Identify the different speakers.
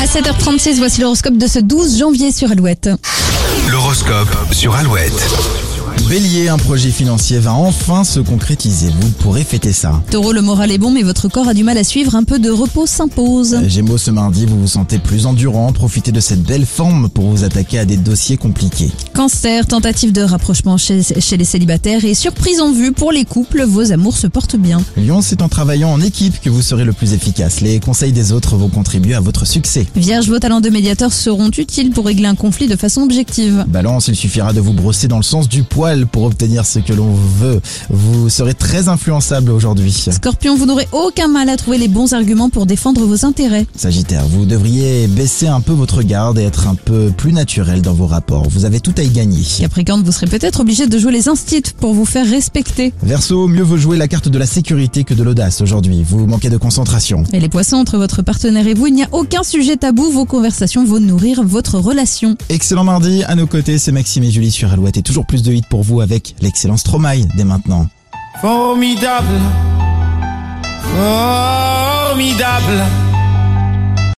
Speaker 1: À 7h36, voici l'horoscope de ce 12 janvier sur Alouette.
Speaker 2: L'horoscope sur Alouette.
Speaker 3: Bélier, un projet financier va enfin se concrétiser. Vous pourrez fêter ça.
Speaker 1: Taureau, le moral est bon, mais votre corps a du mal à suivre. Un peu de repos s'impose.
Speaker 3: Gémeaux, ce mardi, vous vous sentez plus endurant. Profitez de cette belle forme pour vous attaquer à des dossiers compliqués.
Speaker 1: Cancer, tentative de rapprochement chez, chez les célibataires et surprise en vue pour les couples. Vos amours se portent bien.
Speaker 3: Lyon, c'est en travaillant en équipe que vous serez le plus efficace. Les conseils des autres vont contribuer à votre succès.
Speaker 1: Vierge, vos talents de médiateur seront utiles pour régler un conflit de façon objective.
Speaker 3: Balance, il suffira de vous brosser dans le sens du poil pour obtenir ce que l'on veut. Vous serez très influençable aujourd'hui.
Speaker 1: Scorpion, vous n'aurez aucun mal à trouver les bons arguments pour défendre vos intérêts.
Speaker 3: Sagittaire, vous devriez baisser un peu votre garde et être un peu plus naturel dans vos rapports. Vous avez tout à y gagner.
Speaker 1: Capricorne, vous serez peut-être obligé de jouer les instits pour vous faire respecter.
Speaker 3: Verseau, mieux vaut jouer la carte de la sécurité que de l'audace aujourd'hui. Vous manquez de concentration.
Speaker 1: Et les poissons, entre votre partenaire et vous, il n'y a aucun sujet tabou. Vos conversations vont nourrir votre relation.
Speaker 3: Excellent mardi, à nos côtés, c'est Maxime et Julie sur Alouette et toujours plus de hits pour vous avec l'excellence Stromae dès maintenant.
Speaker 4: Formidable. Formidable.